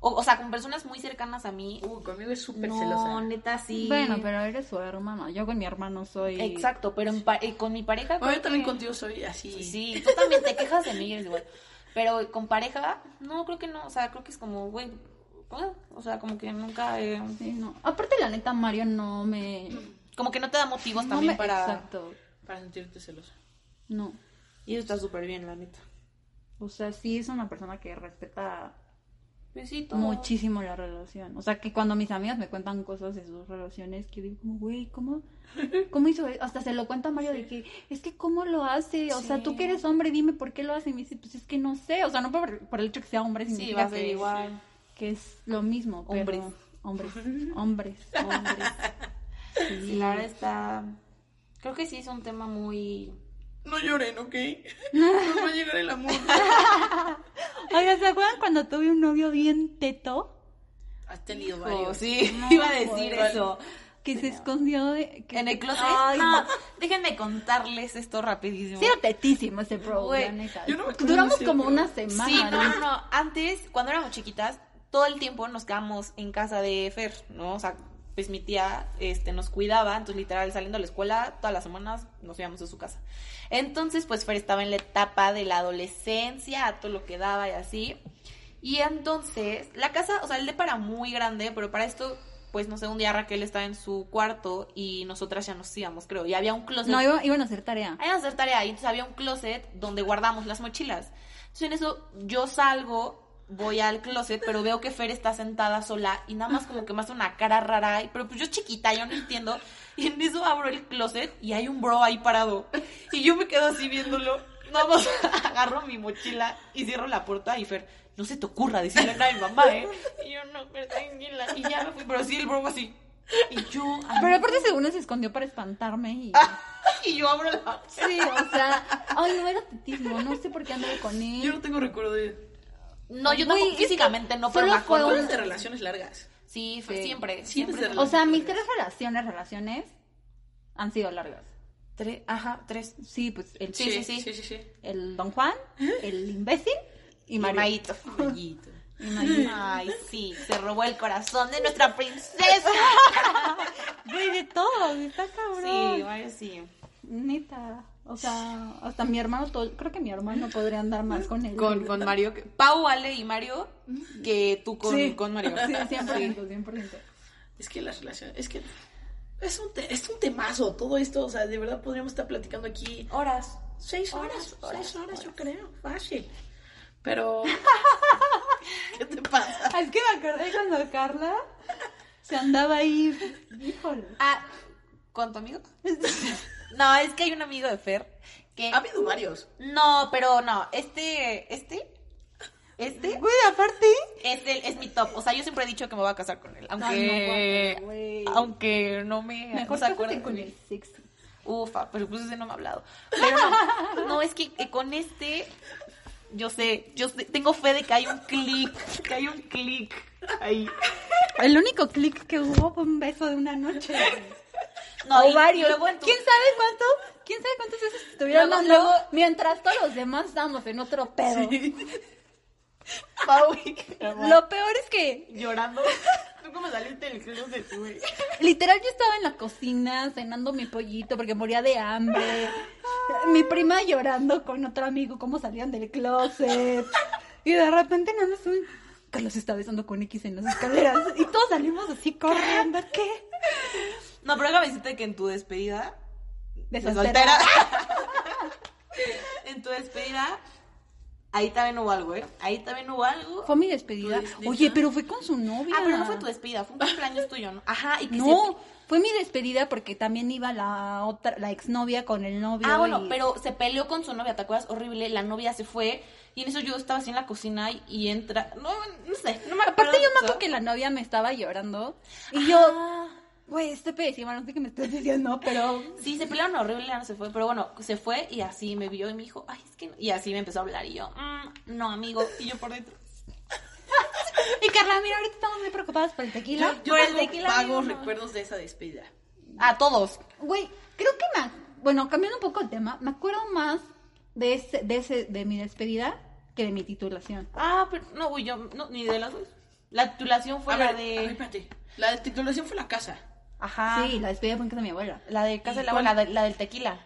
S3: o, o sea, con personas muy cercanas a mí.
S2: Uy, conmigo es súper
S3: No,
S2: celosa.
S3: neta, sí.
S1: Bueno, pero eres su hermano. Yo con mi hermano soy.
S3: Exacto, pero en pa- eh, con mi pareja...
S2: Bueno,
S3: creo
S2: yo también
S3: que-
S2: contigo soy así.
S3: Sí, tú también te quejas de mí, eres igual. Pero con pareja, no, creo que no, o sea, creo que es como, güey, eh, o sea, como que nunca... eh,
S1: Sí, no. Aparte, la neta, Mario no me.
S3: como que no te da motivos
S1: No
S3: también
S1: me-
S3: para...
S1: Exacto.
S2: Para sentirte celosa.
S1: No.
S3: Y eso está súper bien, la neta.
S1: O sea, sí es una persona que respeta
S3: Pues sí, todo.
S1: muchísimo la relación. O sea, que cuando mis amigas me cuentan cosas de sus relaciones, que digo como, güey, ¿cómo, ¿cómo hizo eso? Hasta se lo cuenta Mario de que, es que ¿cómo lo hace? O sea, tú que eres hombre, dime por qué lo hace. Y me dice, pues es que no sé. O sea, no por, por el hecho que sea hombre
S3: Sí, va
S1: significa
S3: a ser
S1: que,
S3: igual.
S1: que es lo mismo. pero-
S3: Hombres.
S1: Hombres, hombres, hombres.
S3: Sí, la verdad está... Creo que sí es un tema muy...
S2: No lloren, ¿ok? Nos va a llegar el amor.
S1: Oiga, ¿se acuerdan cuando tuve un novio bien teto?
S2: Has tenido
S3: Oh,
S2: varios.
S3: sí,
S1: No,
S3: iba a decir
S1: bueno.
S3: eso.
S1: Que se escondió de... que-
S3: En el closet.
S1: Ay,
S3: no,
S1: no.
S3: déjenme contarles esto rapidísimo.
S1: Sí, era tetísimo ese pro,
S3: Güey,
S1: la neta.
S2: yo no me acuerdo
S1: Duramos
S2: de ese
S1: como
S2: pro.
S1: una semana.
S3: Sí, no,
S1: ¿no?
S3: no, no. Antes, cuando éramos chiquitas, todo el tiempo nos quedábamos en casa de Fer, ¿no? O sea, pues mi tía este, nos cuidaba, entonces literal saliendo de la escuela, todas las semanas nos íbamos a su casa. Entonces, pues Fer estaba en la etapa de la adolescencia, a todo lo que daba y así. Y entonces, la casa, o sea, el depa era muy grande, pero para esto, pues no sé, un día Raquel estaba en su cuarto y nosotras ya nos íbamos, creo. Y había un closet.
S1: No, iba- iban a hacer tarea.
S3: Hay que hacer tarea. Y entonces había un closet donde guardamos las mochilas. Entonces en eso yo salgo, voy al closet, pero veo que Fer está sentada sola y nada más como que me hace una cara rara. y- Pero pues yo chiquita, yo no entiendo. Y en eso abro el closet y hay un bro ahí parado. Y yo me quedo así viéndolo. Nada más agarro mi mochila y cierro la puerta y Fer, no se te ocurra decirle nada a mi mamá, ¿eh? Y yo, no, Fer, tranquila. Y ya me fui, pero sí el bro así. Y yo...
S1: Pero aparte según se escondió para espantarme y...
S3: Y yo abro la...
S1: Sí, o sea... Ay, no era tetismo, no sé por qué anduve con él.
S2: Yo no tengo recuerdo de...
S3: No, yo
S1: Güey,
S3: tampoco
S1: es que
S3: físicamente no, pero
S1: solo
S3: me acuerdo.
S1: fue
S2: Hablas de relaciones largas.
S3: Sí, fue
S1: Sí. pues,
S3: siempre.
S2: Siempre
S3: Siempre.
S2: se
S1: O sea, mis tres relaciones, relaciones, han sido largas.
S3: tres, ajá, tres.
S1: Sí, pues el,
S3: Sí, sí, sí.
S2: Sí, sí, sí.
S1: el Don Juan, el imbécil y
S3: Y
S1: María.
S3: Maíto.
S2: Bellito.
S3: Ay, sí, se robó el corazón de nuestra princesa.
S1: Güey, de todo, está cabrón.
S3: Sí, bueno, sí.
S1: Neta. O sea, hasta mi hermano, todo- creo que mi hermano podría andar más con él.
S3: Con, con Mario. que- Pau, Ale y Mario, que tú con,
S1: Sí.
S3: con Mario.
S1: Sí, 100%, 100%.
S2: Es que las relaciones... Es que... Es un, te- es un temazo todo esto. O sea, de verdad podríamos estar platicando aquí
S3: Horas.
S2: seis horas. seis horas, yo creo. Fácil. Pero... ¿Qué te pasa?
S1: Ah, Es que me acordé cuando Carla se andaba ahí. Híjole.
S3: Ah, ¿con tu amigo? No, es que hay un amigo de Fer que...
S2: Ha habido varios.
S3: No, pero no, este, este, este...
S1: Güey, aparte.
S3: es, el, es mi top. O sea, yo siempre he dicho que me voy a casar con él.
S1: Ay,
S3: Aunque.
S1: no, güey.
S3: aunque no me. no
S1: Mejor
S3: se acuerden
S1: cásate con el sexy.
S3: Ufa, pero pues ese no me ha hablado. Pero no, no, es que eh, con este. Yo sé, yo sé- tengo fe de que hay un clic. Que hay un clic ahí.
S1: El único clic que hubo fue un beso de una noche.
S3: No,
S1: o
S3: y-
S1: varios.
S3: y luego en tu-
S1: ¿Quién sabe cuánto? ¿Quién sabe cuántos besos estuvieron
S3: Luego-
S1: dando
S3: luego-
S1: mientras todos los demás estábamos en otro pedo?
S3: Pau y-
S1: Lo peor es que
S3: llorando. Tú como saliste del closet, güey.
S1: Literal, yo estaba en la cocina cenando mi pollito porque moría de hambre. Mi prima llorando con otro amigo, cómo salían del closet. Y de repente nada más un. Carlos está besando con X en las escaleras. Y todos salimos así corriendo. ¿Qué?
S3: No, pero déjame decirte que en tu despedida
S1: De
S3: De
S1: soltera.
S3: soltera. en tu despedida, ahí también hubo algo, ¿eh? Ahí también hubo algo.
S1: Fue mi despedida.
S2: despedida.
S1: Oye, pero fue con su novia.
S3: Ah, pero no fue tu despedida, fue un cumpleaños tuyo, ¿no? Ajá, y que
S1: No, fue mi despedida porque también iba la otra, la exnovia con el
S3: se...
S1: novio.
S3: Ah, bueno,
S1: y-
S3: pero se peleó con su novia, ¿te acuerdas? Horrible, la novia se fue y en eso yo estaba así en la cocina y, y entra... No, no sé, no me acuerdo.
S1: Aparte yo me acuerdo que la novia me estaba llorando y yo, güey, este pésimo, no sé qué me estás diciendo, pero...
S3: Sí, se pelearon horrible, no se fue, pero bueno, se fue y así me vio y me dijo, ay, es que no. Y así me empezó a hablar y yo, "Mm, no, amigo, y yo por dentro.
S1: Y Carla, mira, ahorita estamos muy preocupadas por el tequila.
S2: Yo, yo
S3: Por el
S2: tengo
S3: tequila,
S2: vagos
S3: amigo, no.
S2: recuerdos de esa despedida.
S3: A todos.
S1: Güey, creo que me... ac- Bueno, cambiando un poco el tema, me acuerdo más de, ese, de, ese, de mi despedida que de mi titulación.
S3: Ah, pero no, güey, yo no, ni de las dos. La titulación fue
S2: a
S3: la
S2: ver,
S3: de.
S2: a ver, espérate. La de titulación fue la casa.
S3: Ajá.
S1: Sí, la despedida fue en casa de mi abuela.
S3: La de Casa
S2: ¿Y
S3: del Agua, la, de- la del tequila.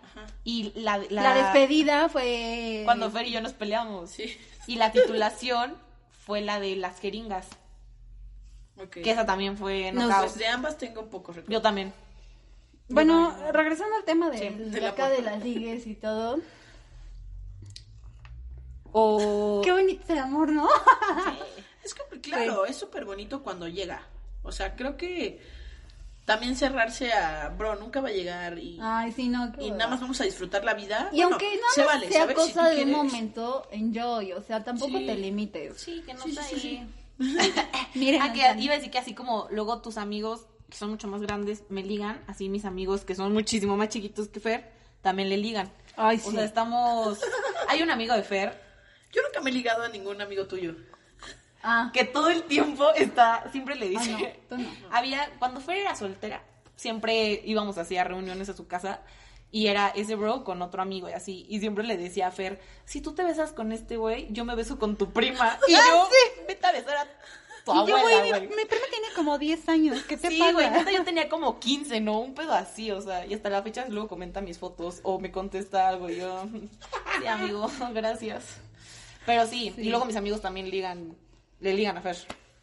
S3: Y la, la,
S1: La, despedida fue...
S3: Cuando Fer y yo nos peleamos.
S2: Sí.
S3: Y la titulación fue la de las jeringas.
S2: Ok.
S3: Que esa también fue
S1: No,
S3: knockout.
S2: Pues de ambas tengo pocos recuerdos.
S3: Yo también.
S1: Bueno, regresando al tema de,
S2: de
S1: de
S2: la
S1: acá de
S2: puerta.
S1: las ligues y todo.
S3: O.
S1: Qué bonito el amor, ¿no?
S2: Es que, claro, es súper bonito cuando llega. O sea, creo que también cerrarse a, bro, nunca va a llegar y,
S3: Ah,
S1: Ay, sí, no. qué
S2: y
S1: hueva.
S2: nada más vamos a disfrutar la vida.
S1: Y
S2: Bueno,
S1: aunque nada
S2: se
S1: más
S2: vale,
S1: sea
S2: ¿sabes? Si tú
S1: cosa de un
S2: quieres.
S1: momento, enjoy, o sea, tampoco
S2: Sí.
S1: te limites.
S3: Sí, que no
S2: Sí,
S3: está
S2: sí, sí,
S3: ahí.
S1: Miren,
S3: Ah, que
S1: Anthony.
S3: iba a decir que así como luego tus amigos que son mucho más grandes me ligan, así mis amigos que son muchísimo más chiquitos que Fer también le ligan.
S1: Ay,
S3: O
S1: sí.
S3: sea, estamos. Hay un amigo de Fer
S2: Yo nunca me he ligado a ningún amigo tuyo.
S1: Ah,
S3: que todo el tiempo está, siempre le
S1: ah,
S3: dice.
S1: no, tú no.
S3: Había, cuando Fer era soltera, siempre íbamos así a reuniones a su casa y era ese bro con otro amigo y así. Y siempre le decía a Fer, si tú te besas con este güey, yo me beso con tu prima. Y yo, vete a besar a tu
S1: Y yo,
S3: abuela,
S1: güey, mi,
S3: güey".
S1: mi prima tiene como 10 años, ¿qué te
S3: sí,
S1: pasa?
S3: güey, neta, yo tenía como 15, ¿no? Un pedo así, o sea, y hasta la fecha luego comenta mis fotos o me contesta algo y yo, sí, amigo, gracias. Pero sí,
S1: Sí.
S3: y luego mis amigos también ligan, le ligan a Fer.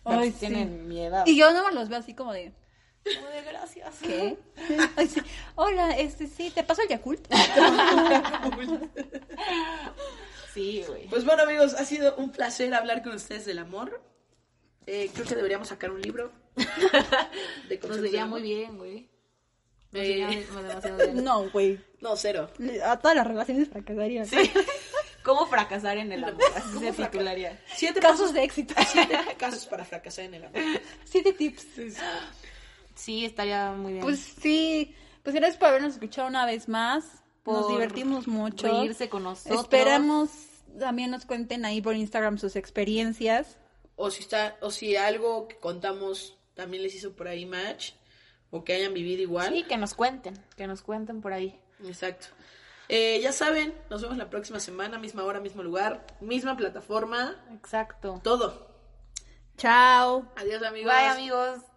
S1: Ay,
S3: Pero tienen
S1: sí.
S3: mi edad.
S1: Y yo nada más los veo así como de,
S3: Como de gracias.
S1: ¿qué? Ay, sí. Hola, este, sí, ¿te paso el Yakult?
S3: Sí, güey.
S2: Pues bueno, amigos, ha sido un placer hablar con ustedes del amor. Eh, creo que deberíamos sacar un libro. De
S3: Nos
S2: conceptos del
S3: vería
S2: amor.
S3: muy bien, güey. Nos
S2: Eh.
S3: vería demasiado bien.
S1: No, güey.
S2: No, cero.
S1: A todas las relaciones fracasarían.
S3: Sí. ¿Cómo fracasar en el amor? Así se titularía.
S2: Siete
S1: Casos de éxito.
S2: siete casos para fracasar en el amor.
S1: Siete tips.
S3: Sí, estaría muy bien.
S1: Pues sí, pues gracias por habernos escuchado una vez más. Nos
S3: Por
S1: divertimos mucho.
S3: reírse con nosotros.
S1: Esperamos también nos cuenten ahí por Instagram sus experiencias.
S2: O si está, o si algo que contamos también les hizo por ahí match, o que hayan vivido igual.
S3: Sí, que nos cuenten, que nos cuenten por ahí.
S2: Exacto. Eh, ya saben, nos vemos la próxima semana, misma hora, mismo lugar, misma plataforma,
S3: Exacto.
S2: todo.
S1: Chao.
S2: Adiós, amigos.
S3: Bye, amigos.